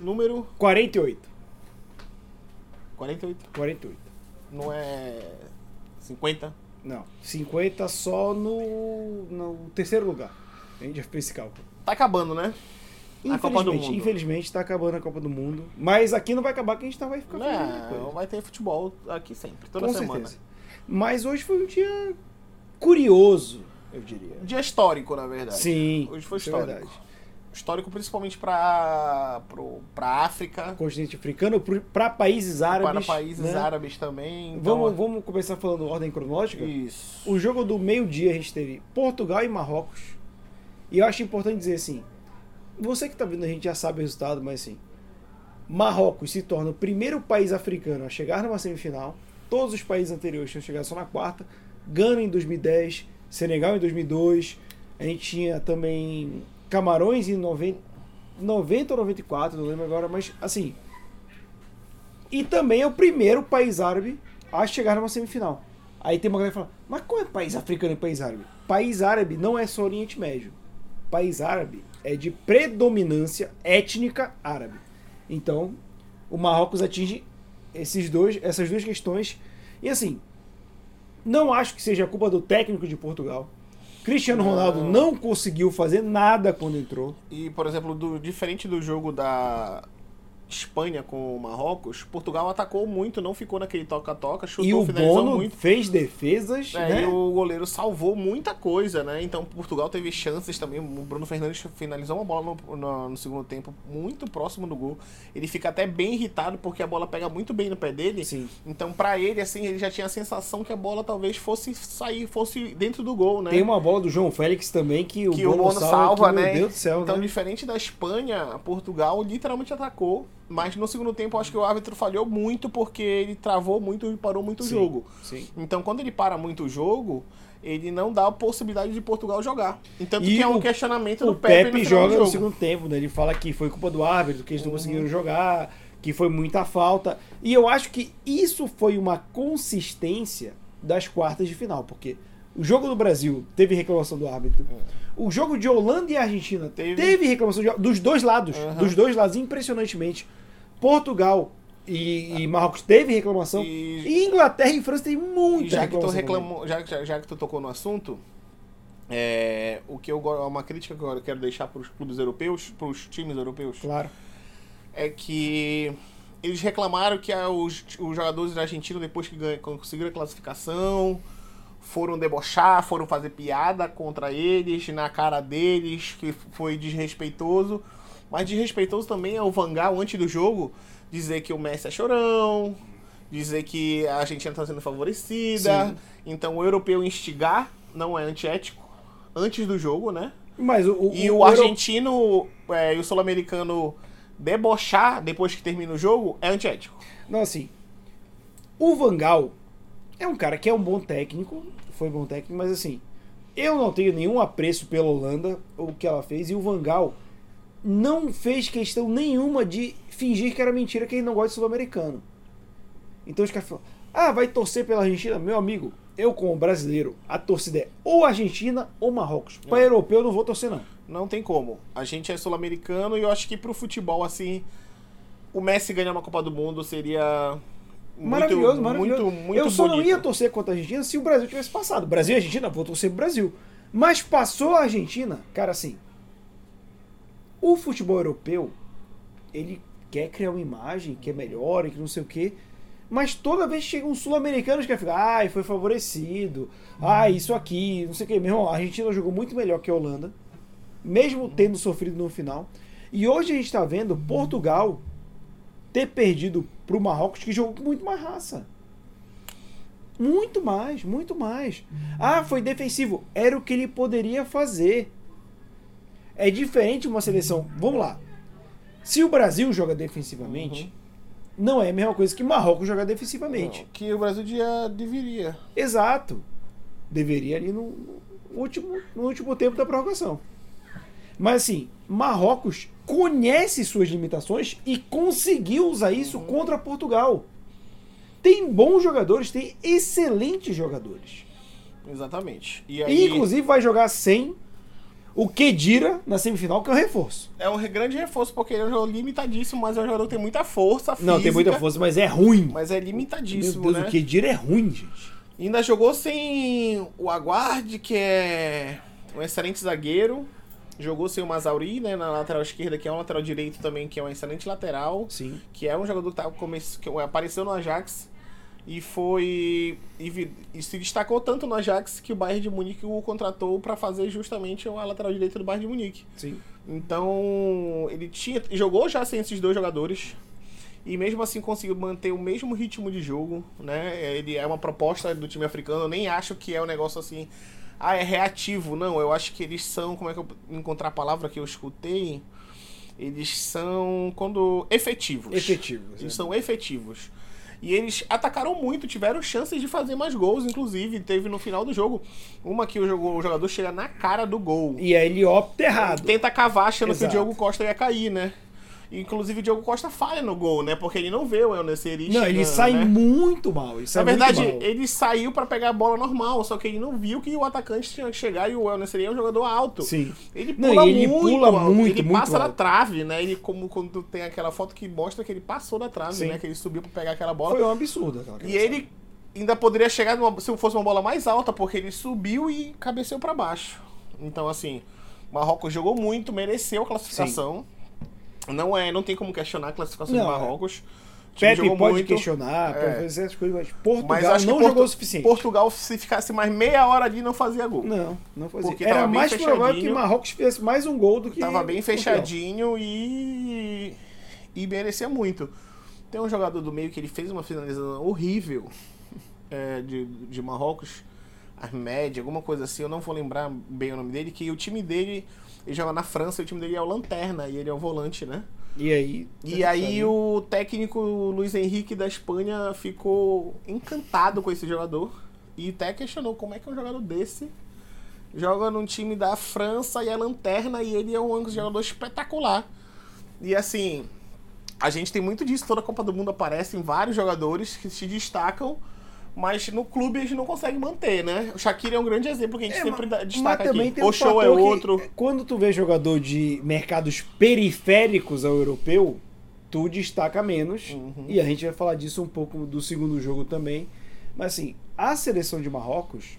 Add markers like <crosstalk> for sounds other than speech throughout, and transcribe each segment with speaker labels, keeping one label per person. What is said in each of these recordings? Speaker 1: número
Speaker 2: 48.
Speaker 1: 48.
Speaker 2: 48.
Speaker 1: Não é 50.
Speaker 2: Não. 50 só no, no terceiro lugar. Hein? Já fiz esse cálculo.
Speaker 1: Tá acabando, né? A Copa do Mundo.
Speaker 2: Infelizmente tá acabando a Copa do Mundo. Mas aqui não vai acabar que a gente tá, vai ficar feliz. né,
Speaker 1: Não,
Speaker 2: coisa.
Speaker 1: vai ter futebol aqui sempre, toda
Speaker 2: Com
Speaker 1: semana.
Speaker 2: certeza. Mas hoje foi um dia curioso, eu diria.
Speaker 1: Dia histórico, na verdade.
Speaker 2: Sim.
Speaker 1: Hoje foi
Speaker 2: isso é
Speaker 1: histórico.
Speaker 2: verdade.
Speaker 1: Histórico principalmente pra, pro, pra África,
Speaker 2: Continente africano, para países árabes.
Speaker 1: para países
Speaker 2: né?
Speaker 1: árabes também. então-
Speaker 2: Vamos, vamos começar falando ordem cronológica?
Speaker 1: Isso.
Speaker 2: O jogo do meio-dia a gente teve Portugal e Marrocos. E eu acho importante dizer assim: você que tá vendo a gente já sabe o resultado, mas assim, Marrocos se torna o primeiro país africano a chegar numa semifinal. Todos os países anteriores tinham chegado só na quarta. Gana em 2010, Senegal em 2002. A gente tinha também Camarões em 90, 90 ou 94, não lembro agora, mas assim. E também é o primeiro país árabe a chegar numa semifinal. Aí tem uma galera que fala, mas qual é país africano e país árabe? País árabe não é só Oriente Médio. País árabe é de predominância étnica árabe. Então, o Marrocos atinge esses dois, essas duas questões. E assim, não acho que seja a culpa do técnico de Portugal. Cristiano Ronaldo não conseguiu fazer nada quando entrou.
Speaker 1: E, por exemplo, do, diferente do jogo da Espanha com o Marrocos, Portugal atacou muito, não ficou naquele toca-toca, chutou,
Speaker 2: e o
Speaker 1: finalizou
Speaker 2: Bono
Speaker 1: muito.
Speaker 2: fez defesas,
Speaker 1: É,
Speaker 2: né?
Speaker 1: E o goleiro salvou muita coisa, né? Então Portugal teve chances também. O Bruno Fernandes finalizou uma bola no, no- no segundo tempo muito próximo do gol. Ele fica até bem irritado porque a bola pega muito bem no pé dele.
Speaker 2: Sim.
Speaker 1: Então pra ele assim ele já tinha a sensação que a bola talvez fosse sair, fosse dentro do gol, né?
Speaker 2: Tem uma bola do João Félix também que o
Speaker 1: que
Speaker 2: Bono,
Speaker 1: o Bono salva,
Speaker 2: que,
Speaker 1: né?
Speaker 2: Meu Deus do céu,
Speaker 1: então,
Speaker 2: né?
Speaker 1: diferente da Espanha, Portugal literalmente atacou. Mas no segundo tempo, eu acho que o árbitro falhou muito porque ele travou muito e parou muito
Speaker 2: Sim,
Speaker 1: o um jogo.
Speaker 2: sim.
Speaker 1: Então, quando ele para muito o jogo, ele não dá a possibilidade de Portugal jogar. Tanto
Speaker 2: E
Speaker 1: que é um
Speaker 2: o-
Speaker 1: questionamento
Speaker 2: O
Speaker 1: do Pepe,
Speaker 2: Pepe
Speaker 1: no final do
Speaker 2: joga no
Speaker 1: jogo.
Speaker 2: segundo tempo, né? Ele fala que foi culpa do árbitro, que eles não conseguiram jogar, que foi muita falta. E eu acho que isso foi uma consistência das quartas de final, porque o jogo do Brasil teve reclamação do árbitro. O jogo de Holanda e Argentina teve,
Speaker 1: É. Teve.
Speaker 2: reclamação de- dos dois lados,
Speaker 1: Uhum.
Speaker 2: dos dois lados, impressionantemente. Portugal e, e Marrocos teve reclamação.
Speaker 1: E-
Speaker 2: E Inglaterra e França teve muita
Speaker 1: E já que tu
Speaker 2: reclamação.
Speaker 1: reclamou, já, já, já que tu tocou no assunto, é, o que eu go- uma crítica que eu quero deixar para os clubes europeus, para os times europeus,
Speaker 2: Claro.
Speaker 1: é que eles reclamaram que ah, os, os jogadores da Argentina, depois que ganha, conseguiram a classificação, foram debochar, foram fazer piada contra eles, na cara deles, que foi desrespeitoso. Mas desrespeitoso também é o Vangal, antes do jogo, dizer que o Messi é chorão, dizer que a Argentina está sendo favorecida.
Speaker 2: Sim.
Speaker 1: Então o europeu instigar não é antiético, antes do jogo, né?
Speaker 2: Mas o, o,
Speaker 1: E o,
Speaker 2: Euro-
Speaker 1: argentino é, e o sul-americano debochar depois que termina o jogo é antiético.
Speaker 2: Não, assim. O Vangal é um cara que é um bom técnico. Foi bom técnico, mas assim. Eu não tenho nenhum apreço pela Holanda, o que ela fez. E o Vangal não fez questão nenhuma de fingir que era mentira que ele não gosta de sul-americano. Então os caras falam. Ah, vai torcer pela Argentina? Meu amigo, eu como brasileiro, a torcida é ou Argentina ou Marrocos. Para europeu eu não vou torcer, não.
Speaker 1: Não tem como. A gente é sul-americano e eu acho que pro futebol, assim, o Messi ganhar uma Copa do Mundo seria. muito-
Speaker 2: Maravilhoso, maravilhoso.
Speaker 1: Muito, muito
Speaker 2: eu só não
Speaker 1: bonito.
Speaker 2: ia torcer contra a Argentina se o Brasil tivesse passado. Brasil e Argentina, vou torcer pro Brasil. Mas passou a Argentina, cara, assim. O futebol europeu, ele quer criar uma imagem que é melhor e que não sei o quê. Mas toda vez que chega um sul-americano que fica, ai, foi favorecido, ai, isso aqui, não sei o quê. Meu irmão, a Argentina jogou muito melhor que a Holanda, mesmo tendo sofrido no final. E hoje a gente tá vendo Portugal ter perdido pro Marrocos, que jogou com muito mais raça. Muito mais, muito mais. Ah, foi defensivo. Era o que ele poderia fazer. É diferente uma seleção. Vamos lá. Se o Brasil joga defensivamente, não é a mesma coisa que Marrocos jogar defensivamente.
Speaker 1: Não, que o Brasil já deveria.
Speaker 2: Exato. Deveria ali no, no último, no último tempo da prorrogação. Mas assim, Marrocos conhece suas limitações e conseguiu usar isso contra Portugal. Tem bons jogadores, tem excelentes jogadores.
Speaker 1: Exatamente. E
Speaker 2: E,
Speaker 1: aí.
Speaker 2: inclusive vai jogar sem O Kedira na semifinal, que é um reforço.
Speaker 1: É um re- grande reforço, porque ele é um jogador limitadíssimo, mas é um jogador que tem muita força física.
Speaker 2: Não, tem muita força, mas é ruim.
Speaker 1: Mas é
Speaker 2: Meu
Speaker 1: limitadíssimo,
Speaker 2: Deus,
Speaker 1: né?
Speaker 2: o Kedira é ruim, gente.
Speaker 1: Ainda jogou sem o Aguarde, que é um excelente zagueiro. Jogou sem o Mazauri, né, na lateral esquerda, que é um lateral direito também, que é um excelente lateral.
Speaker 2: Sim.
Speaker 1: Que é um jogador que, tá, come- que apareceu no Ajax e foi. E, vi- e se destacou tanto no Ajax que o Bayern de Munique o contratou para fazer justamente a lateral direita do Bayern de Munique.
Speaker 2: Sim.
Speaker 1: Então, ele tinha jogou já sem esses dois jogadores e mesmo assim conseguiu manter o mesmo ritmo de jogo, né? Ele é uma proposta do time africano, eu nem acho que é um negócio assim, ah, é reativo, não, eu acho que eles são, como é que eu encontrar a palavra que eu escutei? Eles são quando efetivos.
Speaker 2: Efetivos,
Speaker 1: Eles
Speaker 2: é.
Speaker 1: são efetivos. E eles atacaram muito, tiveram chances de fazer mais gols, inclusive teve no final do jogo uma que o jogo- o jogador chega na cara do gol.
Speaker 2: E aí ele opta errado.
Speaker 1: Tenta cavar achando
Speaker 2: Exato.
Speaker 1: que o Diogo Costa ia cair, né? Inclusive o Diogo Costa falha no gol, né? Porque ele não vê o Elner Seris
Speaker 2: Não, ele
Speaker 1: chegando,
Speaker 2: sai
Speaker 1: né?
Speaker 2: muito mal. Ele sai
Speaker 1: Na verdade,
Speaker 2: muito mal.
Speaker 1: ele saiu pra pegar a bola normal, só que ele não viu que o atacante tinha que chegar e o Elner Seris é um jogador alto.
Speaker 2: Sim.
Speaker 1: Ele
Speaker 2: Não,
Speaker 1: pula,
Speaker 2: e ele
Speaker 1: muito,
Speaker 2: pula
Speaker 1: alto,
Speaker 2: muito,
Speaker 1: ele
Speaker 2: muito
Speaker 1: passa na
Speaker 2: alto.
Speaker 1: trave, né? Ele como quando tem aquela foto que mostra que ele passou na trave,
Speaker 2: Sim.
Speaker 1: né? Que ele subiu pra pegar aquela bola.
Speaker 2: Foi um absurdo aquela
Speaker 1: E
Speaker 2: cabeçada.
Speaker 1: ele ainda poderia chegar numa- se fosse uma bola mais alta, porque ele subiu e cabeceou pra baixo. Então, assim, o Marrocos jogou muito, mereceu a classificação. Não é, não tem como questionar a classificação
Speaker 2: Não,
Speaker 1: do
Speaker 2: é.
Speaker 1: Marrocos. O time
Speaker 2: Pepe
Speaker 1: jogou
Speaker 2: pode
Speaker 1: muito,
Speaker 2: questionar,
Speaker 1: É.
Speaker 2: pode fazer essas coisas, mas Portugal
Speaker 1: mas acho que
Speaker 2: não
Speaker 1: Portu-
Speaker 2: jogou o suficiente.
Speaker 1: Portugal, se ficasse mais meia hora ali, não fazia gol.
Speaker 2: Não, não fazia.
Speaker 1: Porque
Speaker 2: Era
Speaker 1: tava bem
Speaker 2: mais provável
Speaker 1: fechadinho.
Speaker 2: que Marrocos fizesse mais um gol do que.
Speaker 1: Tava bem
Speaker 2: Portugal.
Speaker 1: fechadinho e. e merecia muito. Tem um jogador do meio que ele fez uma finalização horrível <laughs> é, de, de Marrocos, Ahmed, alguma coisa assim, eu não vou lembrar bem o nome dele, que o time dele, ele joga na França, e o time dele é o Lanterna e ele é o volante, né?
Speaker 2: E aí.
Speaker 1: E aí o técnico Luiz Henrique da Espanha ficou encantado com esse jogador e até questionou como é que um jogador desse joga num time da França e é lanterna e ele é um jogador espetacular. E assim, a gente tem muito disso, toda Copa do Mundo aparecem vários jogadores que se destacam, mas no clube eles não conseguem manter, né? O Shaqiri é um grande exemplo que a gente
Speaker 2: É,
Speaker 1: sempre
Speaker 2: mas-
Speaker 1: dá- destaca
Speaker 2: mas também
Speaker 1: aqui.
Speaker 2: tem um
Speaker 1: O show é
Speaker 2: fator que,
Speaker 1: outro.
Speaker 2: Quando tu vê jogador de mercados periféricos ao europeu, tu destaca menos.
Speaker 1: Uhum.
Speaker 2: E a gente vai falar disso um pouco do segundo jogo também. Mas assim, a seleção de Marrocos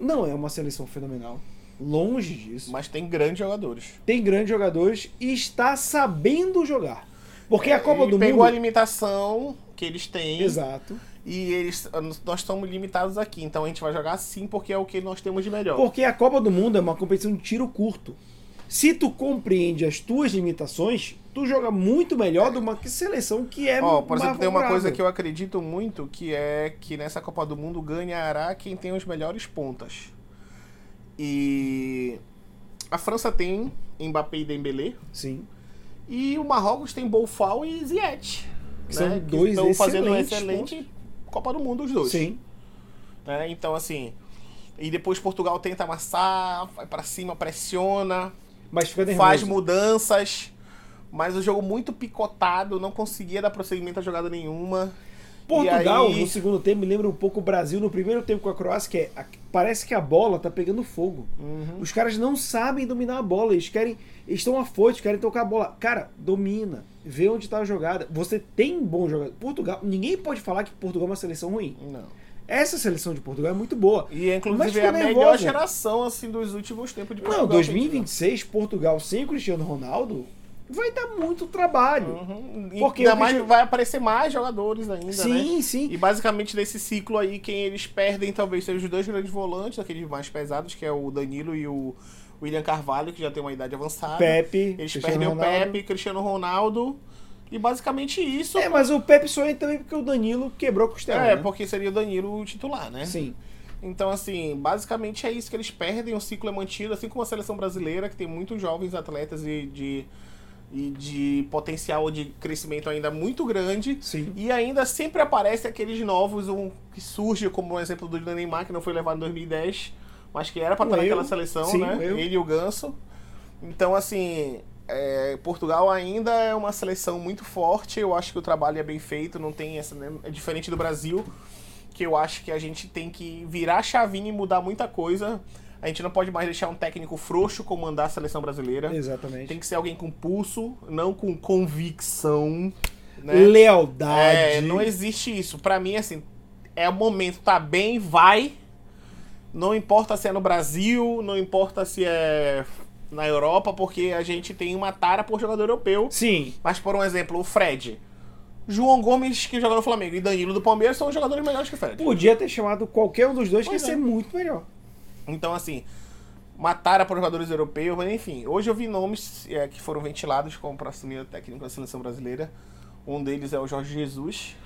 Speaker 2: não é uma seleção fenomenal. Longe disso.
Speaker 1: Mas tem grandes jogadores.
Speaker 2: Tem grandes jogadores e está sabendo jogar. Porque a Copa
Speaker 1: Ele
Speaker 2: É do
Speaker 1: É, pegou
Speaker 2: Mundo.
Speaker 1: a limitação que eles têm.
Speaker 2: Exato.
Speaker 1: E eles, nós estamos limitados aqui, então a gente vai jogar assim porque é o que nós temos de melhor.
Speaker 2: Porque a Copa do Mundo é uma competição de tiro curto. Se tu compreende as tuas limitações, tu joga muito melhor do que uma seleção que é
Speaker 1: Ó, por
Speaker 2: mais
Speaker 1: exemplo, tem uma
Speaker 2: favorável.
Speaker 1: coisa que eu acredito muito, que é que nessa Copa do Mundo ganhará quem tem os melhores pontas. E a França tem Mbappé e Dembélé,
Speaker 2: Sim.
Speaker 1: e o Marrocos tem Boufal e Ziyech.
Speaker 2: Que são
Speaker 1: né?
Speaker 2: dois
Speaker 1: estão fazendo uma
Speaker 2: excelentes
Speaker 1: excelente Copa do Mundo os dois.
Speaker 2: Sim.
Speaker 1: né? Então assim, e depois Portugal tenta amassar, vai pra cima, pressiona,
Speaker 2: Mas fica nervoso.
Speaker 1: faz mudanças, mas o jogo muito picotado, não conseguia dar prosseguimento a jogada nenhuma.
Speaker 2: Portugal
Speaker 1: E aí-
Speaker 2: no segundo tempo me lembra um pouco o Brasil no primeiro tempo com a Croácia, que é, a- parece que a bola tá pegando fogo.
Speaker 1: uhum,
Speaker 2: Os caras não sabem dominar a bola, eles querem, eles estão afoitos, querem tocar a bola. Cara, domina, vê onde tá a jogada. Você tem bom jogador. Portugal, ninguém pode falar que Portugal é uma seleção ruim.
Speaker 1: Não.
Speaker 2: Essa seleção de Portugal é muito boa.
Speaker 1: E
Speaker 2: Mas
Speaker 1: inclusive
Speaker 2: ficou
Speaker 1: é a melhor
Speaker 2: nervosa.
Speaker 1: geração assim dos últimos tempos de Portugal.
Speaker 2: Não, 2026,
Speaker 1: né?
Speaker 2: Portugal sem o Cristiano Ronaldo vai dar muito trabalho.
Speaker 1: Uhum. E
Speaker 2: Porque
Speaker 1: ainda
Speaker 2: o
Speaker 1: mais
Speaker 2: Cristiano-
Speaker 1: vai aparecer mais jogadores ainda, né?
Speaker 2: sim, sim.
Speaker 1: E basicamente nesse ciclo aí, quem eles perdem talvez sejam os dois grandes volantes, aqueles mais pesados, que é o Danilo e o William Carvalho, que já tem uma idade avançada.
Speaker 2: Pepe,
Speaker 1: Eles
Speaker 2: Cristiano
Speaker 1: perdem
Speaker 2: Ronaldo.
Speaker 1: o Pepe, Cristiano Ronaldo. E basicamente isso.
Speaker 2: É, mas o Pepe só entra também porque o Danilo quebrou a costela.
Speaker 1: É,
Speaker 2: né?
Speaker 1: porque seria o Danilo o titular, né?
Speaker 2: Sim.
Speaker 1: Então, assim, basicamente é isso que eles perdem, o ciclo é mantido, assim como a seleção brasileira, que tem muitos jovens atletas e de, e de potencial de crescimento ainda muito grande.
Speaker 2: Sim.
Speaker 1: E ainda sempre aparece aqueles novos, um que surge, como o exemplo do Neymar, que não foi levado em 2010, mas que era para
Speaker 2: O
Speaker 1: estar naquela
Speaker 2: eu,
Speaker 1: seleção,
Speaker 2: sim,
Speaker 1: né?
Speaker 2: o eu.
Speaker 1: Ele e o Ganso. Então, assim, é, Portugal ainda é uma seleção muito forte, eu acho que o trabalho é bem feito, não tem essa. né? É diferente do Brasil, que eu acho que a gente tem que virar a chavinha e mudar muita coisa. A gente não pode mais deixar um técnico frouxo comandar a seleção brasileira.
Speaker 2: Exatamente.
Speaker 1: Tem que ser alguém com pulso, não com convicção. Né?
Speaker 2: Lealdade.
Speaker 1: É, não existe isso. Pra mim, assim, é o momento, tá bem, vai. Não importa se é no Brasil, não importa se é na Europa, porque a gente tem uma tara por jogador europeu.
Speaker 2: Sim.
Speaker 1: Mas, por um exemplo, o Fred. João Gomes, que joga no Flamengo, e Danilo do Palmeiras são jogadores melhores que o Fred.
Speaker 2: Podia ter chamado qualquer um dos dois, que ia
Speaker 1: Pois é.
Speaker 2: ser muito melhor.
Speaker 1: Então, assim, mataram por jogadores europeus, mas enfim. Hoje eu vi nomes é, que foram ventilados como para assumir o técnico da seleção brasileira. Um deles é o Jorge Jesus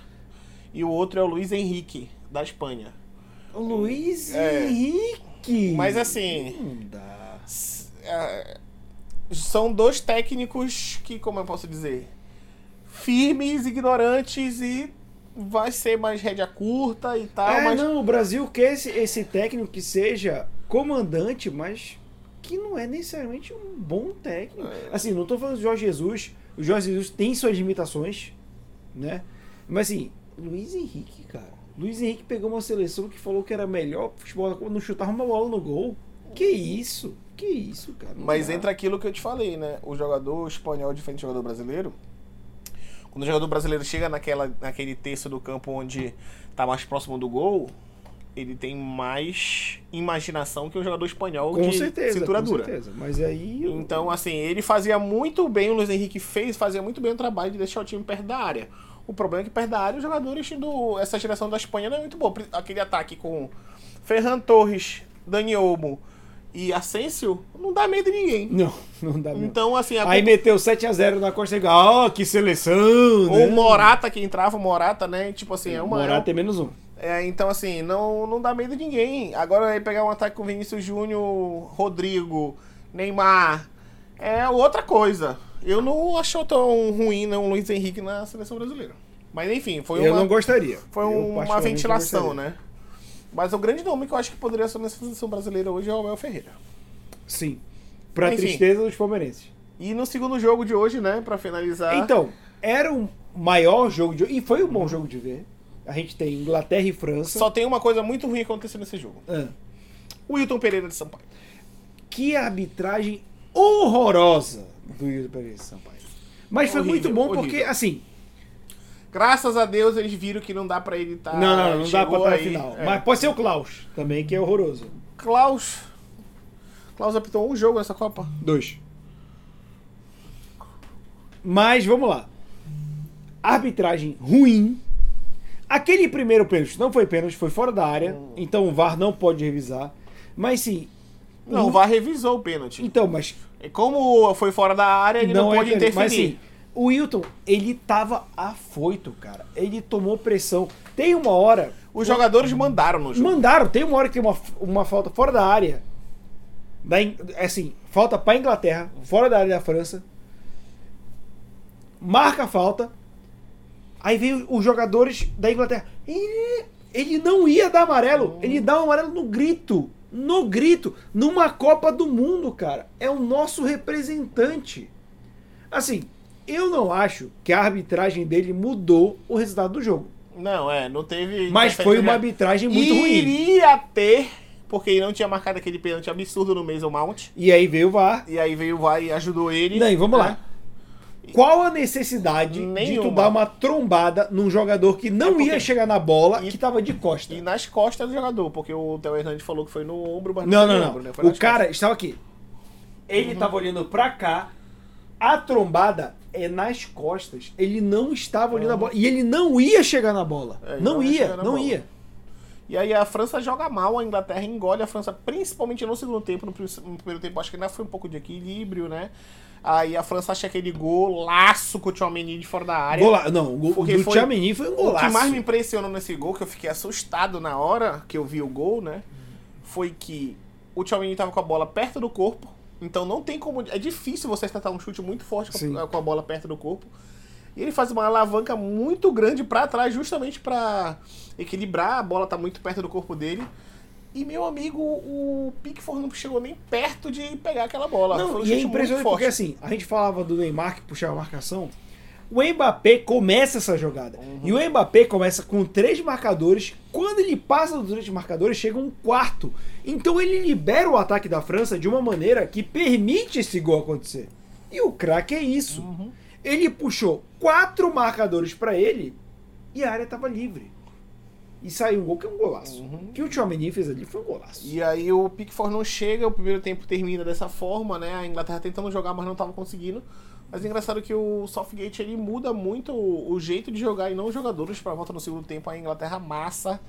Speaker 1: e o outro é o Luiz Henrique, da Espanha.
Speaker 2: O Luiz
Speaker 1: É.
Speaker 2: Henrique.
Speaker 1: Mas, assim,
Speaker 2: Não dá.
Speaker 1: s- é, são dois técnicos que, como eu posso dizer, firmes, ignorantes e vai ser mais rédea curta e tal,
Speaker 2: é,
Speaker 1: mas
Speaker 2: não, o Brasil quer esse, esse técnico que seja comandante, mas que não é necessariamente um bom técnico.
Speaker 1: É.
Speaker 2: Assim, não tô falando do Jorge Jesus. O Jorge Jesus tem suas limitações, né? Mas assim, Luiz Henrique, cara. Luiz Henrique pegou uma seleção que falou que era melhor futebol, não chutava uma bola no gol. Que isso? Que isso, cara? Não
Speaker 1: Mas
Speaker 2: dá.
Speaker 1: entra aquilo que eu te falei, né? O jogador espanhol diferente do jogador brasileiro. Quando o jogador brasileiro chega naquela, naquele terço do campo onde tá mais próximo do gol, ele tem mais imaginação que o jogador espanhol
Speaker 2: com
Speaker 1: de
Speaker 2: certeza,
Speaker 1: cintura
Speaker 2: com
Speaker 1: dura.
Speaker 2: certeza. Mas aí eu-
Speaker 1: Então, assim, ele fazia muito bem, o Luiz Henrique fez, fazia muito bem o trabalho de deixar o time perto da área. O problema é que perto da área os jogadores do. Essa geração da Espanha não é muito boa. Aquele ataque com Ferran Torres, Dani Olmo e Asensio não dá medo de ninguém.
Speaker 2: não, não dá mesmo.
Speaker 1: Então, assim, a
Speaker 2: Aí meteu 7 a 0 na Costa Rica. Ó, que seleção!
Speaker 1: ou o
Speaker 2: né?
Speaker 1: Morata que entrava, o Morata, né? Tipo assim, é uma.
Speaker 2: Morata é menos um.
Speaker 1: é, então, assim, não, não dá medo de ninguém. Agora aí pegar um ataque com Vinícius Júnior, Rodrigo, Neymar. É outra coisa. Eu não acho tão ruim né, um Luiz Henrique na seleção brasileira. Mas enfim, foi
Speaker 2: eu
Speaker 1: uma,
Speaker 2: não gostaria.
Speaker 1: foi
Speaker 2: Eu,
Speaker 1: uma
Speaker 2: particularmente,
Speaker 1: ventilação,
Speaker 2: gostaria.
Speaker 1: né? Mas o grande nome que eu acho que poderia assumir essa seleção brasileira hoje é o Abel Ferreira.
Speaker 2: Sim. Pra
Speaker 1: Enfim.
Speaker 2: tristeza dos palmeirenses.
Speaker 1: E no segundo jogo de hoje, né, pra finalizar.
Speaker 2: Então, era o maior jogo de. E foi um bom jogo de ver. A gente tem Inglaterra e França.
Speaker 1: só tem uma coisa muito ruim acontecendo nesse jogo.
Speaker 2: Ah,
Speaker 1: O Wilton Pereira de Sampaio.
Speaker 2: que arbitragem horrorosa do Yuri Pereira de Sampaio. Mas foi
Speaker 1: Horrível,
Speaker 2: muito bom
Speaker 1: horrível.
Speaker 2: porque, assim.
Speaker 1: Graças a Deus eles viram que não dá pra ele estar.
Speaker 2: não, não, não dá pra estar na final.
Speaker 1: é.
Speaker 2: Mas pode ser o Klaus também, que é horroroso.
Speaker 1: Klaus. Klaus apitou um jogo nessa Copa.
Speaker 2: Dois. Mas vamos lá. Arbitragem ruim. Aquele primeiro pênalti não foi pênalti, foi fora da área.
Speaker 1: Hum.
Speaker 2: Então o VAR não pode revisar. Mas sim.
Speaker 1: Não, o VAR revisou o pênalti.
Speaker 2: Então, mas
Speaker 1: Um? E como foi fora da área, ele não,
Speaker 2: não, é
Speaker 1: pode
Speaker 2: pênalti.
Speaker 1: interferir.
Speaker 2: Mas sim, o Wilton, ele tava afoito, cara. Ele tomou pressão. Tem uma hora.
Speaker 1: Os jogadores mandaram no jogo.
Speaker 2: Mandaram, tem uma hora que tem uma, uma falta fora da área. Da, In- assim, falta pra Inglaterra, fora da área da França. Marca a falta. Aí vem os jogadores da Inglaterra. Ele, ele não ia dar amarelo. Ele dá o amarelo no grito. No grito. Numa Copa do Mundo, cara. É o nosso representante. Assim, eu não acho que a arbitragem dele mudou o resultado do jogo.
Speaker 1: Não, é, não teve.
Speaker 2: Mas foi
Speaker 1: Iria
Speaker 2: uma arbitragem muito ruim.
Speaker 1: Iria ter, porque ele não tinha marcado aquele pênalti absurdo no Mason Mount.
Speaker 2: E aí veio o VAR.
Speaker 1: E aí veio o VAR e ajudou ele.
Speaker 2: Daí, vamos
Speaker 1: né?
Speaker 2: lá. É. Qual a necessidade de tu
Speaker 1: Nenhuma. É
Speaker 2: dar uma trombada num jogador que não
Speaker 1: porque-
Speaker 2: ia chegar na bola
Speaker 1: E-
Speaker 2: que tava de costa?
Speaker 1: E nas costas do jogador, porque o Theo Hernandes falou que foi no ombro, mas
Speaker 2: Não,
Speaker 1: foi
Speaker 2: não,
Speaker 1: no
Speaker 2: não.
Speaker 1: ombro, né? Foi
Speaker 2: O
Speaker 1: nas Uhum.
Speaker 2: cara estava aqui. Ele estava olhando pra cá. A trombada é nas costas. Ele não estava olhando a bola. E ele não ia chegar na bola.
Speaker 1: Uhum. É, ele
Speaker 2: não
Speaker 1: não ia
Speaker 2: ia,
Speaker 1: chegar na
Speaker 2: não
Speaker 1: bola.
Speaker 2: ia.
Speaker 1: E aí a França joga mal, a Inglaterra engole a França, principalmente no segundo tempo. No, prim- no primeiro tempo, acho que ainda foi um pouco de equilíbrio, né? Aí a França acha aquele golaço com o Tchouameni de fora da área.
Speaker 2: Gola... Não, o gol
Speaker 1: Porque
Speaker 2: do
Speaker 1: foi-
Speaker 2: Tchamenin foi um
Speaker 1: O
Speaker 2: golaço.
Speaker 1: que mais me impressionou nesse gol, que eu fiquei assustado na hora que eu vi o gol, né? Foi que o Tchouameni tava com a bola perto do corpo, então não tem como... É difícil você acertar um chute muito forte
Speaker 2: Sim.
Speaker 1: com a, com a bola perto do corpo. E ele faz uma alavanca muito grande pra trás, justamente pra equilibrar, a bola tá muito perto do corpo dele. E meu amigo, o Pickford não chegou nem perto de pegar aquela bola.
Speaker 2: Não,
Speaker 1: Foi um
Speaker 2: e é
Speaker 1: chute muito
Speaker 2: impressionante
Speaker 1: forte.
Speaker 2: porque assim, a gente falava do Neymar que puxava a marcação, O Mbappé começa essa jogada.
Speaker 1: Uhum.
Speaker 2: E o Mbappé começa com três marcadores. Quando ele passa dos três marcadores, chega um quarto. Então ele libera o ataque da França de uma maneira que permite esse gol acontecer. E o craque é isso.
Speaker 1: Uhum.
Speaker 2: Ele puxou quatro marcadores pra ele e a área tava livre. E saiu um gol que é um golaço.
Speaker 1: Uhum.
Speaker 2: Que o Tchouameni fez ali foi um golaço.
Speaker 1: E aí o Pickford não chega, o primeiro tempo termina dessa forma, né? A Inglaterra tentando jogar, mas não estava conseguindo. Mas é engraçado que o Southgate ele muda muito o, o jeito de jogar e não os jogadores para volta no segundo tempo. A Inglaterra massa,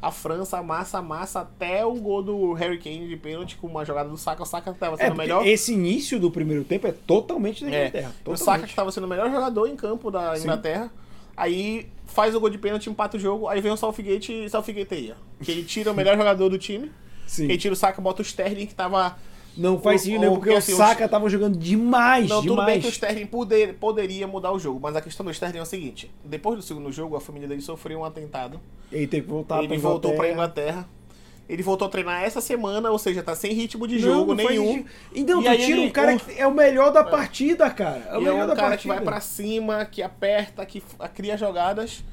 Speaker 1: a França massa, massa até o gol do Harry Kane de pênalti com uma jogada do Saka. O Saka estava
Speaker 2: É,
Speaker 1: sendo o
Speaker 2: porque
Speaker 1: melhor.
Speaker 2: esse início do primeiro tempo é totalmente da
Speaker 1: É,
Speaker 2: Inglaterra.
Speaker 1: o
Speaker 2: totalmente.
Speaker 1: Saka que estava sendo o melhor jogador em campo da
Speaker 2: Sim.
Speaker 1: Inglaterra. Aí faz o gol de pênalti, empata o jogo, aí vem o Southgate e Southgateia. Que ele tira o melhor jogador do time.
Speaker 2: Sim.
Speaker 1: Ele tira o Saka, bota o Sterling que tava
Speaker 2: Não faz
Speaker 1: O-
Speaker 2: sentido
Speaker 1: o-
Speaker 2: nenhum, porque
Speaker 1: porque,
Speaker 2: o
Speaker 1: assim,
Speaker 2: Saka tava jogando demais,
Speaker 1: Não, tudo bem
Speaker 2: demais.
Speaker 1: que o Sterling poder- poderia mudar o jogo, mas a questão do Sterling é o seguinte: depois do segundo jogo, a família dele sofreu um atentado.
Speaker 2: Ele teve que voltar
Speaker 1: ele voltou pra
Speaker 2: Inglaterra.
Speaker 1: Inglaterra. Ele voltou a treinar essa semana, ou seja, tá sem ritmo de
Speaker 2: Não,
Speaker 1: jogo
Speaker 2: não faz
Speaker 1: nenhum.
Speaker 2: sentido. Então,
Speaker 1: E
Speaker 2: tu
Speaker 1: aí
Speaker 2: tira
Speaker 1: ele-
Speaker 2: um cara
Speaker 1: o-
Speaker 2: que é o melhor da partida, cara. É o
Speaker 1: E é
Speaker 2: melhor
Speaker 1: um
Speaker 2: da
Speaker 1: cara
Speaker 2: partida.
Speaker 1: que vai pra cima, que aperta, que f- cria jogadas.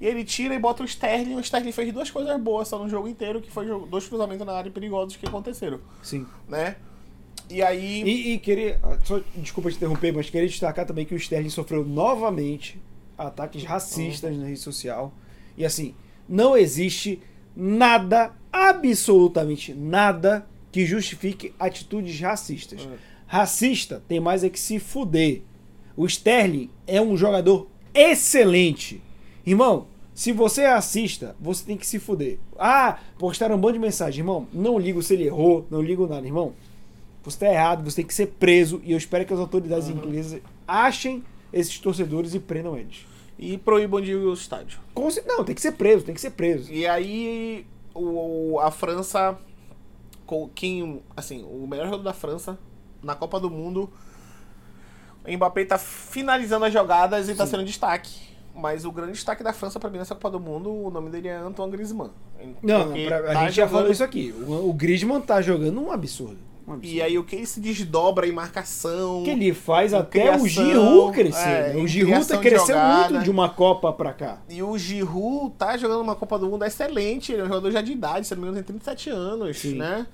Speaker 1: E ele tira e bota o Sterling. O Sterling fez duas coisas boas só no jogo inteiro, que foi jo- dois cruzamentos na área perigosos que aconteceram,
Speaker 2: Sim.
Speaker 1: né? E aí.
Speaker 2: E, e queria. ah, só- desculpa te interromper, mas queria destacar também que o Sterling sofreu novamente ataques racistas na rede social. E assim, não existe nada, absolutamente nada, que justifique atitudes racistas. Racista tem mais é que se fuder. O Sterling é um jogador excelente. Irmão, se você é racista, você tem que se fuder. Ah, postaram um bando de mensagem. Irmão, não ligo se ele errou, não ligo nada, irmão. Você tá errado, você tem que ser preso. E eu espero que as autoridades inglesas achem esses torcedores e prendam eles.
Speaker 1: E proíbam de ir ao estádio.
Speaker 2: Com cer- Não, tem que ser preso, tem que ser preso.
Speaker 1: E aí o, a França com quem, assim, o melhor jogador da França na Copa do Mundo, o Mbappé tá finalizando as jogadas e tá sendo destaque. Mas o grande destaque da França pra mim nessa Copa do Mundo, o nome dele é Antoine Griezmann.
Speaker 2: Não,
Speaker 1: Porque
Speaker 2: pra- a
Speaker 1: tá
Speaker 2: gente já
Speaker 1: jogando-
Speaker 2: falou isso aqui. O, o Griezmann tá jogando um absurdo. Um absurdo.
Speaker 1: E aí o que ele se desdobra em marcação?
Speaker 2: que ele faz
Speaker 1: em
Speaker 2: até
Speaker 1: criação,
Speaker 2: o Giroud crescer.
Speaker 1: é,
Speaker 2: né?
Speaker 1: em
Speaker 2: O Giroud
Speaker 1: criação
Speaker 2: tá
Speaker 1: de
Speaker 2: cresceu
Speaker 1: jogada.
Speaker 2: muito de uma Copa pra cá.
Speaker 1: E o Giroud tá jogando uma Copa do Mundo excelente, ele é um jogador já de idade, se não me engano tem 37 anos,
Speaker 2: Sim.
Speaker 1: né?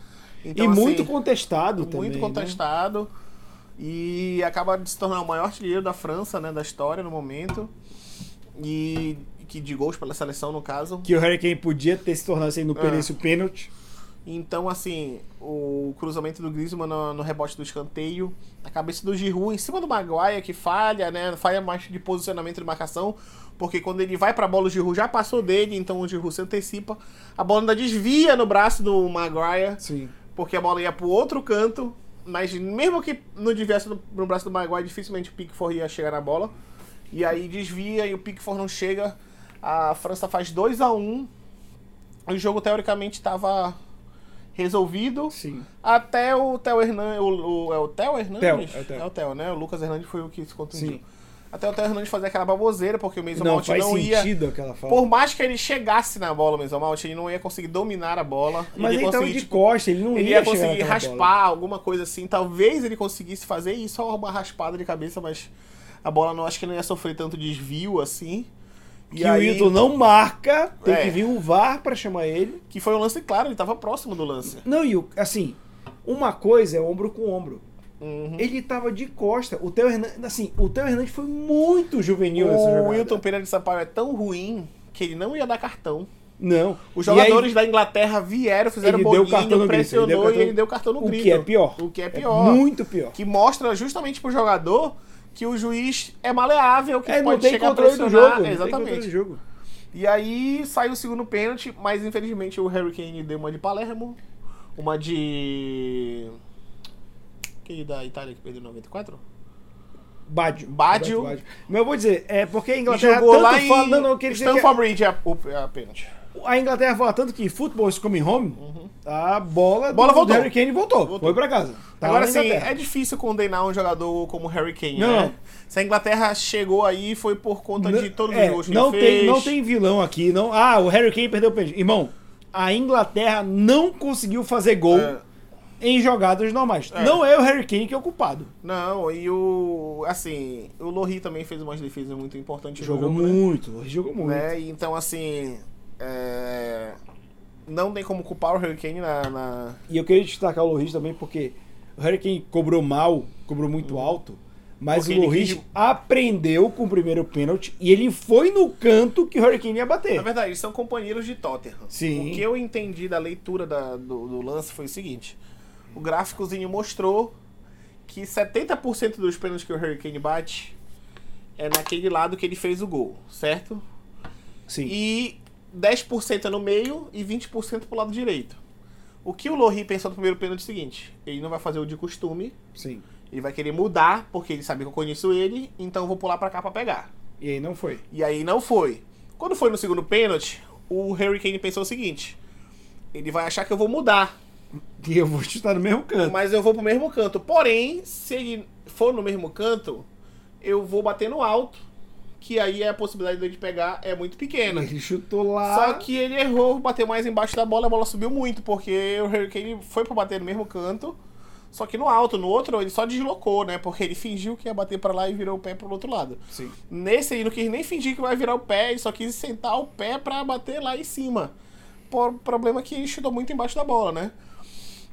Speaker 2: e
Speaker 1: Então,
Speaker 2: muito
Speaker 1: assim,
Speaker 2: contestado também.
Speaker 1: muito
Speaker 2: né?
Speaker 1: contestado e acaba de se tornar o maior artilheiro da França, né, da história no momento. E que de gols pela seleção no caso.
Speaker 2: Que o Harry Kane podia ter se tornado assim no
Speaker 1: Ah.
Speaker 2: peresse o pênalti.
Speaker 1: Então assim, o cruzamento do Griezmann no, no rebote do escanteio, a cabeça do Giroud em cima do Maguire que falha, né, falha mais de posicionamento de marcação, porque quando ele vai pra bola o Giroud já passou dele, então o Giroud se antecipa, a bola ainda desvia no braço do Maguire.
Speaker 2: Sim.
Speaker 1: porque a bola ia pro outro canto, mas mesmo que não desviasse no, no braço do Maguire, dificilmente o Pickford ia chegar na bola. E aí desvia e o Pickford não chega. A França faz 2 a 1 O jogo teoricamente estava resolvido.
Speaker 2: Sim.
Speaker 1: Até o Theo Hernandes. O, o- é o Theo Hernandes?
Speaker 2: Theo, é o Theo.
Speaker 1: É o Theo, né? O Lucas Hernandes foi o que se contundiu.
Speaker 2: Sim.
Speaker 1: Até o Theo Hernandes fazer aquela baboseira, porque o Mason
Speaker 2: Não,
Speaker 1: Mount
Speaker 2: faz
Speaker 1: não ia.
Speaker 2: sentido aquela fala.
Speaker 1: Por mais que ele chegasse na bola, o Mason Mount, ele não ia conseguir dominar a bola.
Speaker 2: Mas ele tava
Speaker 1: conseguir,
Speaker 2: de
Speaker 1: tipo,
Speaker 2: costa, ele não
Speaker 1: ele ia
Speaker 2: ia, chegar
Speaker 1: conseguir
Speaker 2: naquela
Speaker 1: raspar
Speaker 2: bola.
Speaker 1: alguma coisa assim. Talvez ele conseguisse fazer isso, só uma raspada de cabeça, mas a bola não acho que não ia sofrer tanto desvio assim. E
Speaker 2: que
Speaker 1: aí,
Speaker 2: o Hilton não marca, tem
Speaker 1: É.
Speaker 2: que vir um VAR pra chamar ele.
Speaker 1: que foi um lance claro, ele tava próximo do lance.
Speaker 2: Não, e o- assim, uma coisa é ombro com ombro.
Speaker 1: Uhum.
Speaker 2: Ele tava de costa. O Theo Hernandes, assim, o Theo Hernandes foi muito juvenil nessa
Speaker 1: O
Speaker 2: jogada.
Speaker 1: Wilton Pereira de Sampaio é tão ruim que ele não ia dar cartão.
Speaker 2: Não.
Speaker 1: Os
Speaker 2: E aí,
Speaker 1: jogadores da Inglaterra vieram, fizeram
Speaker 2: Ele deu
Speaker 1: bolinho,
Speaker 2: cartão no grito,
Speaker 1: pressionou
Speaker 2: ele deu cartão-
Speaker 1: e ele deu cartão no
Speaker 2: o
Speaker 1: grito.
Speaker 2: que é pior.
Speaker 1: O que é
Speaker 2: é
Speaker 1: pior.
Speaker 2: muito pior.
Speaker 1: Que mostra justamente pro jogador que o juiz é maleável, que
Speaker 2: É,
Speaker 1: pode
Speaker 2: não tem
Speaker 1: chegar a
Speaker 2: controle do
Speaker 1: pressionar.
Speaker 2: jogo. não tem
Speaker 1: Exatamente.
Speaker 2: controle do jogo.
Speaker 1: E aí saiu o segundo pênalti, mas infelizmente o Harry Kane deu uma de Palermo, uma de. Quem é da Itália que perdeu em 94?
Speaker 2: Bádio.
Speaker 1: Bádio.
Speaker 2: Roberto Mas eu vou dizer, é porque a
Speaker 1: E
Speaker 2: Inglaterra
Speaker 1: jogou
Speaker 2: tanto
Speaker 1: lá em
Speaker 2: fala... Não, não, eu queria dizer que é-
Speaker 1: Stamford Bridge é a, o- a pênalti.
Speaker 2: a Inglaterra fala tanto que futebol is coming home, a bola,
Speaker 1: Uhum. Bola
Speaker 2: do
Speaker 1: voltou.
Speaker 2: Harry Kane voltou,
Speaker 1: Voltou.
Speaker 2: Foi pra casa. Tá
Speaker 1: Agora
Speaker 2: lá na
Speaker 1: sim,
Speaker 2: Inglaterra.
Speaker 1: é difícil condenar um jogador como Harry Kane,
Speaker 2: Não,
Speaker 1: né?
Speaker 2: não.
Speaker 1: Se a Inglaterra chegou aí foi por conta de
Speaker 2: Não-
Speaker 1: todos
Speaker 2: é,
Speaker 1: os gols que
Speaker 2: não
Speaker 1: ele
Speaker 2: tem,
Speaker 1: fez.
Speaker 2: Não tem vilão aqui. Não, ah, o Harry Kane perdeu o pênalti. Irmão, a Inglaterra não conseguiu fazer gol
Speaker 1: É.
Speaker 2: em jogadas normais.
Speaker 1: É.
Speaker 2: Não é o Harry Kane que é o culpado.
Speaker 1: Não, e o. Assim, o Lohri também fez umas defesas muito importantes. no
Speaker 2: Jogou
Speaker 1: jogo, né?
Speaker 2: muito, jogou muito.
Speaker 1: né? E Então, assim. é, Não tem como culpar o Hurricane na. na...
Speaker 2: E eu queria destacar o Loris também, porque o Hurricane cobrou mal, cobrou muito alto,
Speaker 1: Uhum.
Speaker 2: mas
Speaker 1: Porque
Speaker 2: o
Speaker 1: ele
Speaker 2: Loris
Speaker 1: quis-
Speaker 2: aprendeu com o primeiro pênalti e ele foi no canto que o Hurricane ia bater.
Speaker 1: Na verdade, eles são companheiros de Tottenham.
Speaker 2: Sim.
Speaker 1: O que eu entendi da leitura da- do, do lance foi o seguinte: o gráficozinho mostrou que 70% dos pênaltis que o Hurricane bate é naquele lado que ele fez o gol, certo?
Speaker 2: Sim.
Speaker 1: E 10% é no meio e 20% pro lado direito. O que o Lohri pensou no primeiro pênalti é o seguinte: ele não vai fazer o de costume,
Speaker 2: Sim.
Speaker 1: ele vai querer mudar, porque ele sabe que eu conheço ele, então eu vou pular pra cá pra pegar.
Speaker 2: E aí não foi.
Speaker 1: E aí não foi. Quando foi no segundo pênalti, o Harry Kane pensou o seguinte: ele vai achar que eu vou mudar,
Speaker 2: E eu vou chutar no mesmo canto.
Speaker 1: mas eu vou pro mesmo canto. Porém, se ele for no mesmo canto, eu vou bater no alto, que aí a possibilidade dele pegar é muito pequena.
Speaker 2: Ele chutou lá.
Speaker 1: Só que ele errou, bateu mais embaixo da bola, a bola subiu muito, porque o Harry Kane foi pra bater no mesmo canto, só que no alto, no outro, ele só deslocou, né? Porque ele fingiu que ia bater pra lá e virou o pé pro outro lado.
Speaker 2: Sim.
Speaker 1: Nesse aí não quis nem fingir que vai virar o pé, ele só quis sentar o pé pra bater lá em cima. Por um problema que ele chutou muito embaixo da bola, né?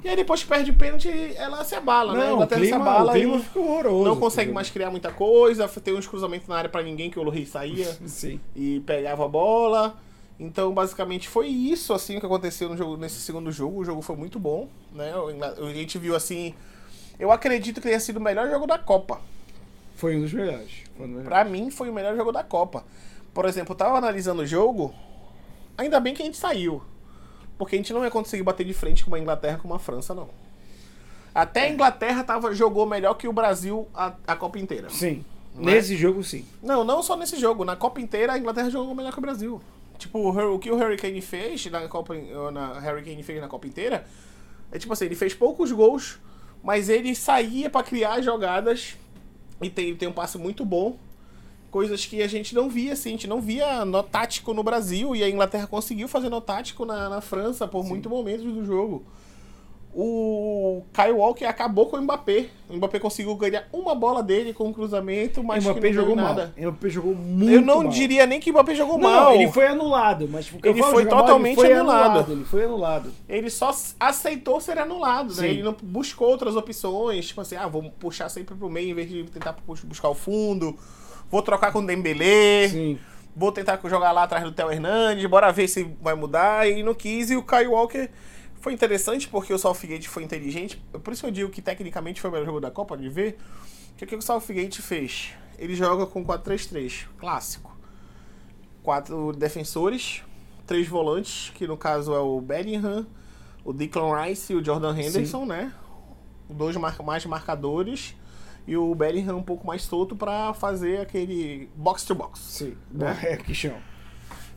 Speaker 1: E aí depois que perde o pênalti, ela se abala, né? A
Speaker 2: Não, o
Speaker 1: Inglaterra se
Speaker 2: clima,
Speaker 1: abala
Speaker 2: o clima é né?
Speaker 1: e
Speaker 2: ficou horroroso. tá
Speaker 1: não consegue
Speaker 2: entendeu?
Speaker 1: mais criar muita coisa, tem uns cruzamentos na área pra ninguém que o Lohri saía
Speaker 2: Sim.
Speaker 1: e pegava a bola. Então, basicamente, foi isso assim que aconteceu no jogo, nesse segundo jogo. O jogo foi muito bom, né? O Ingla- A gente viu assim. Eu acredito que tenha sido o melhor jogo da Copa.
Speaker 2: Foi um dos melhores. Foi um dos melhores.
Speaker 1: Pra mim, foi o melhor jogo da Copa. Por exemplo, eu tava analisando o jogo, ainda bem que a gente saiu. Porque a gente não ia conseguir bater de frente com uma Inglaterra com uma França, não. Até a Inglaterra tava, jogou melhor que o Brasil a, a Copa inteira.
Speaker 2: Sim.
Speaker 1: Não é?
Speaker 2: Nesse jogo, sim.
Speaker 1: Não, não só nesse jogo. Na Copa inteira, a Inglaterra jogou melhor que o Brasil. Tipo, o, Hur- o que o Harry Kane fez na Copa... Na, o Harry Kane fez na Copa inteira... É tipo assim, ele fez poucos gols, mas ele saía pra criar jogadas e tem, tem um passe muito bom. Coisas que a gente não via, assim. A gente não via nó tático no Brasil e a Inglaterra conseguiu fazer nó tático na, na França por muitos momentos do jogo. O Kyle Walker acabou com o Mbappé. O Mbappé conseguiu ganhar uma bola dele com um cruzamento, mas que não
Speaker 2: Mbappé
Speaker 1: ganhou
Speaker 2: jogou
Speaker 1: nada.
Speaker 2: mal. Mbappé jogou muito
Speaker 1: Eu não
Speaker 2: mal.
Speaker 1: diria nem que o Mbappé jogou
Speaker 2: Não,
Speaker 1: mal.
Speaker 2: ele foi anulado, mas porque eu
Speaker 1: Ele
Speaker 2: falo
Speaker 1: foi
Speaker 2: jogar mal,
Speaker 1: totalmente
Speaker 2: ele foi
Speaker 1: anulado.
Speaker 2: Ele foi anulado.
Speaker 1: Ele só s- aceitou ser anulado,
Speaker 2: Sim.
Speaker 1: né? Ele não buscou outras opções, tipo assim, ah, vou puxar sempre pro meio em vez de tentar pux- buscar o fundo. Vou trocar com o Dembélé.
Speaker 2: Sim.
Speaker 1: Vou tentar jogar lá atrás do Theo Hernandes, bora ver se vai mudar. E não quis. E o Kyle Walker foi interessante porque o Southgate foi inteligente. Por isso que eu digo que tecnicamente foi o melhor jogo da Copa de ver. Porque o que o Southgate fez? Ele joga com 4-3-3, clássico. Quatro defensores, três volantes, que no caso é o Bellingham, o Declan Rice e o Jordan Henderson, né? Dois mar- mais marcadores e o Bellingham um pouco mais solto pra fazer aquele box-to-box.
Speaker 2: Sim.
Speaker 1: Né?
Speaker 2: É, que chão.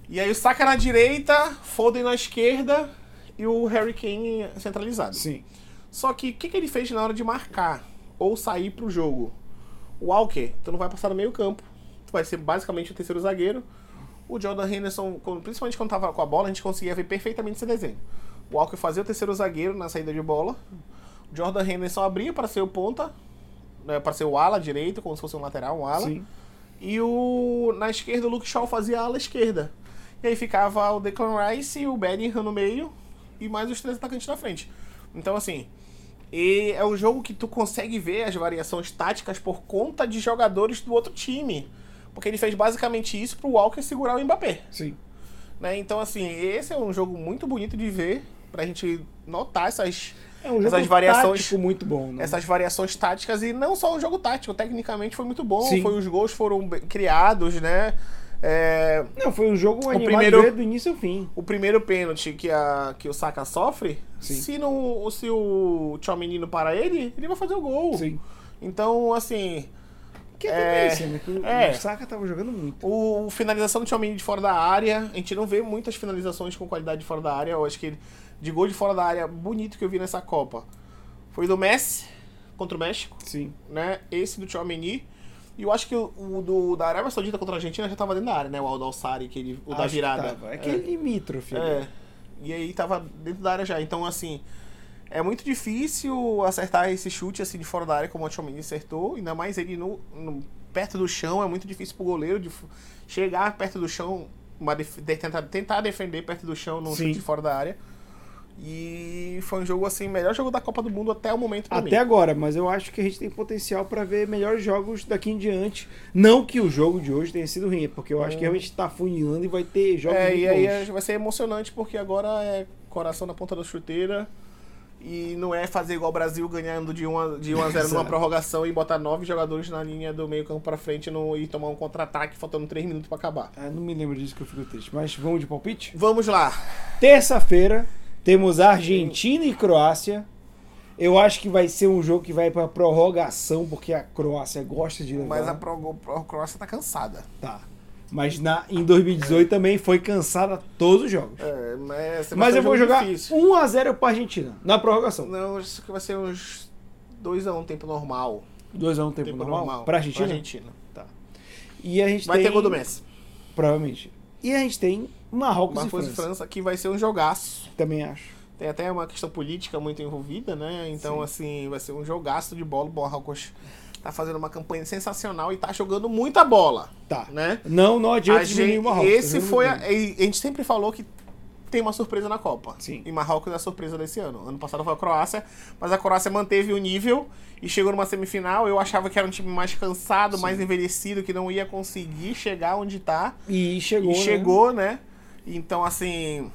Speaker 1: E aí o Saka na direita, Foden na esquerda e o Harry Kane centralizado.
Speaker 2: Sim.
Speaker 1: Só que o que, que ele fez na hora de marcar ou sair pro jogo? O Walker, tu não vai passar no meio campo. Tu vai ser basicamente o terceiro zagueiro. O Jordan Henderson, quando- principalmente quando tava com a bola, a gente conseguia ver perfeitamente esse desenho. O Walker fazia o terceiro zagueiro na saída de bola. O Jordan Henderson abria para ser o ponta, né, para ser o ala direito, como se fosse um lateral, um ala.
Speaker 2: Sim.
Speaker 1: E o na esquerda, o Luke Shaw fazia a ala esquerda. E aí ficava o Declan Rice e o Bellingham no meio e mais os três atacantes na frente. Então, assim, e é um jogo que tu consegue ver as variações táticas por conta de jogadores do outro time. Porque ele fez basicamente isso pro Walker segurar o Mbappé.
Speaker 2: Sim.
Speaker 1: Né? Então, assim, esse é um jogo muito bonito de ver, pra gente notar essas,
Speaker 2: É um
Speaker 1: essas variações
Speaker 2: tático muito bom, né?
Speaker 1: essas variações táticas e não só o jogo tático, tecnicamente foi muito bom,
Speaker 2: Sim.
Speaker 1: foi os gols foram bem criados, né? É,
Speaker 2: Não, foi um jogo animado
Speaker 1: primeiro-
Speaker 2: de ver do início ao fim.
Speaker 1: o primeiro pênalti que, a, que o Saka sofre,
Speaker 2: Sim.
Speaker 1: se não se o Tchouameni não parar ele, ele vai fazer o gol.
Speaker 2: Sim.
Speaker 1: Então, assim,
Speaker 2: Que
Speaker 1: É,
Speaker 2: é, né? Que o-
Speaker 1: é.
Speaker 2: o Saka tava jogando muito.
Speaker 1: o finalização do Tchouameni de fora da área, a gente não vê muitas finalizações com qualidade de fora da área, eu acho que ele- de gol de fora da área bonito que eu vi nessa Copa. Foi do Messi contra o México.
Speaker 2: Sim.
Speaker 1: né? Esse do Tchouameni. E eu acho que o, o do, da Arábia Saudita contra a Argentina já tava dentro da área, né? O Aldo Alçari, que ele, o da
Speaker 2: Acho que
Speaker 1: virada.
Speaker 2: tava. É aquele limítrofe.
Speaker 1: É.
Speaker 2: ali.
Speaker 1: É. E aí tava dentro da área já. Então, assim, É muito difícil acertar esse chute assim de fora da área como o Tchomini acertou, ainda mais ele no, no- perto do chão, é muito difícil pro goleiro de f- chegar perto do chão, uma def- de- tentar, tentar defender perto do chão num
Speaker 2: Sim.
Speaker 1: chute de fora da área. E foi um jogo assim, melhor jogo da Copa do Mundo até o momento pra
Speaker 2: Até
Speaker 1: mim.
Speaker 2: agora, mas eu acho que a gente tem potencial para ver melhores jogos daqui em diante. Não que o jogo de hoje tenha sido ruim, é porque eu acho que realmente tá funilando e vai ter jogos
Speaker 1: É,
Speaker 2: muito
Speaker 1: e aí
Speaker 2: bons.
Speaker 1: é- vai ser emocionante porque agora é coração na ponta da chuteira. E não é fazer igual o Brasil ganhando de 1 a, de 1 a 0 numa
Speaker 2: <laughs> Exato.
Speaker 1: prorrogação e botar nove jogadores na linha do meio campo pra frente no- e tomar um contra-ataque faltando três minutos pra acabar.
Speaker 2: Ah, não me lembro disso que eu fico triste, mas vamos de palpite?
Speaker 1: Vamos lá.
Speaker 2: Terça-feira temos Argentina e Croácia. Eu acho que vai ser um jogo que vai para prorrogação, porque a Croácia gosta de levar.
Speaker 1: Mas a, pro, a Croácia tá cansada.
Speaker 2: Tá. Mas na, em 2018 também foi cansada todos os jogos.
Speaker 1: É, mas vai
Speaker 2: Mas
Speaker 1: ser
Speaker 2: eu
Speaker 1: um
Speaker 2: vou
Speaker 1: jogo
Speaker 2: jogar
Speaker 1: difícil.
Speaker 2: 1x0 pra Argentina, na prorrogação.
Speaker 1: Não, isso que vai ser uns 2 a 1 um, tempo normal.
Speaker 2: 2x1 tempo,
Speaker 1: Tempo
Speaker 2: normal.
Speaker 1: normal.
Speaker 2: Pra Argentina? Tá. E a gente
Speaker 1: Vai
Speaker 2: tem...
Speaker 1: ter gol do Messi.
Speaker 2: Provavelmente. E a gente tem Marrocos,
Speaker 1: Marcos
Speaker 2: e
Speaker 1: e
Speaker 2: França.
Speaker 1: França, que vai ser um jogaço.
Speaker 2: Também acho.
Speaker 1: Tem até uma questão política muito envolvida, né? Então, assim, vai ser um jogaço de bola. O Marrocos tá fazendo uma campanha sensacional e tá jogando muita bola,
Speaker 2: Tá.
Speaker 1: né?
Speaker 2: Não, não
Speaker 1: A
Speaker 2: adianta diminuir
Speaker 1: gente,
Speaker 2: o Marrocos. né?
Speaker 1: esse
Speaker 2: eu não
Speaker 1: foi. A,
Speaker 2: duvido.
Speaker 1: a gente sempre falou que tem uma surpresa na Copa.
Speaker 2: Sim.
Speaker 1: E Marrocos é a surpresa desse ano. Ano passado foi a Croácia, mas a Croácia manteve o nível e chegou numa semifinal. Eu achava que era um time mais cansado, mais envelhecido, que não ia conseguir chegar onde tá.
Speaker 2: E chegou,
Speaker 1: e
Speaker 2: né?
Speaker 1: chegou, né? Então, assim,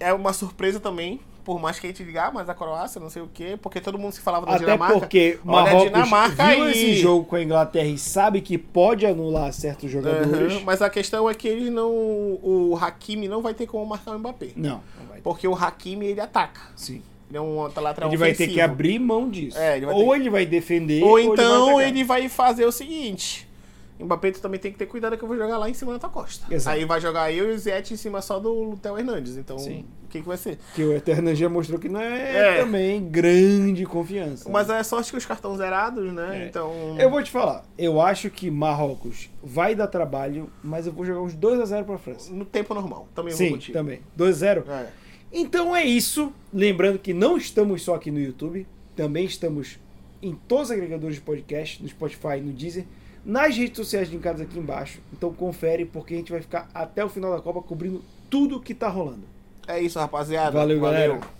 Speaker 1: é uma surpresa também. Por mais que a gente diga, ah, mas a Croácia, não sei o quê, porque todo mundo se falava da
Speaker 2: Até
Speaker 1: Dinamarca.
Speaker 2: porque
Speaker 1: Olha a
Speaker 2: Marrocos
Speaker 1: Dinamarca
Speaker 2: viu
Speaker 1: aí.
Speaker 2: esse jogo né? com a Inglaterra e sabe que pode anular certos jogadores.
Speaker 1: Aham, mas a questão é que eles não. O Hakimi não vai ter como marcar o Mbappé.
Speaker 2: Não, não vai ter.
Speaker 1: Porque o Hakimi ele ataca.
Speaker 2: Sim.
Speaker 1: Ele é um lateral
Speaker 2: ele vai ter
Speaker 1: ofensivo.
Speaker 2: que abrir mão disso.
Speaker 1: É, ele vai
Speaker 2: ou
Speaker 1: ter
Speaker 2: ele vai defender,
Speaker 1: Ou
Speaker 2: ele vai
Speaker 1: então
Speaker 2: atacar.
Speaker 1: ele vai, fazer o seguinte. Mbappé, tu também tem que ter cuidado que eu vou jogar lá em cima da tua costa.
Speaker 2: Exato.
Speaker 1: Aí vai jogar eu e o Zete em cima só do Theo Hernandes. Então,
Speaker 2: Sim.
Speaker 1: o que, que vai ser?
Speaker 2: Que o Eternan já mostrou que não é,
Speaker 1: É.
Speaker 2: também grande confiança.
Speaker 1: Mas é sorte que os cartões zerados, né?
Speaker 2: É.
Speaker 1: Então.
Speaker 2: Eu vou te falar, eu acho que Marrocos vai dar trabalho, mas eu vou jogar uns 2 a 0 pra França.
Speaker 1: No tempo normal. Também vou
Speaker 2: Sim,
Speaker 1: contigo.
Speaker 2: também. 2 a 0.
Speaker 1: É.
Speaker 2: Então é isso. Lembrando que não estamos só aqui no YouTube, também estamos em todos os agregadores de podcast, no Spotify, no Deezer, nas redes sociais linkadas aqui embaixo. Então confere, porque a gente vai ficar até o final da Copa cobrindo tudo que tá rolando.
Speaker 1: É isso, rapaziada.
Speaker 2: Valeu, galera.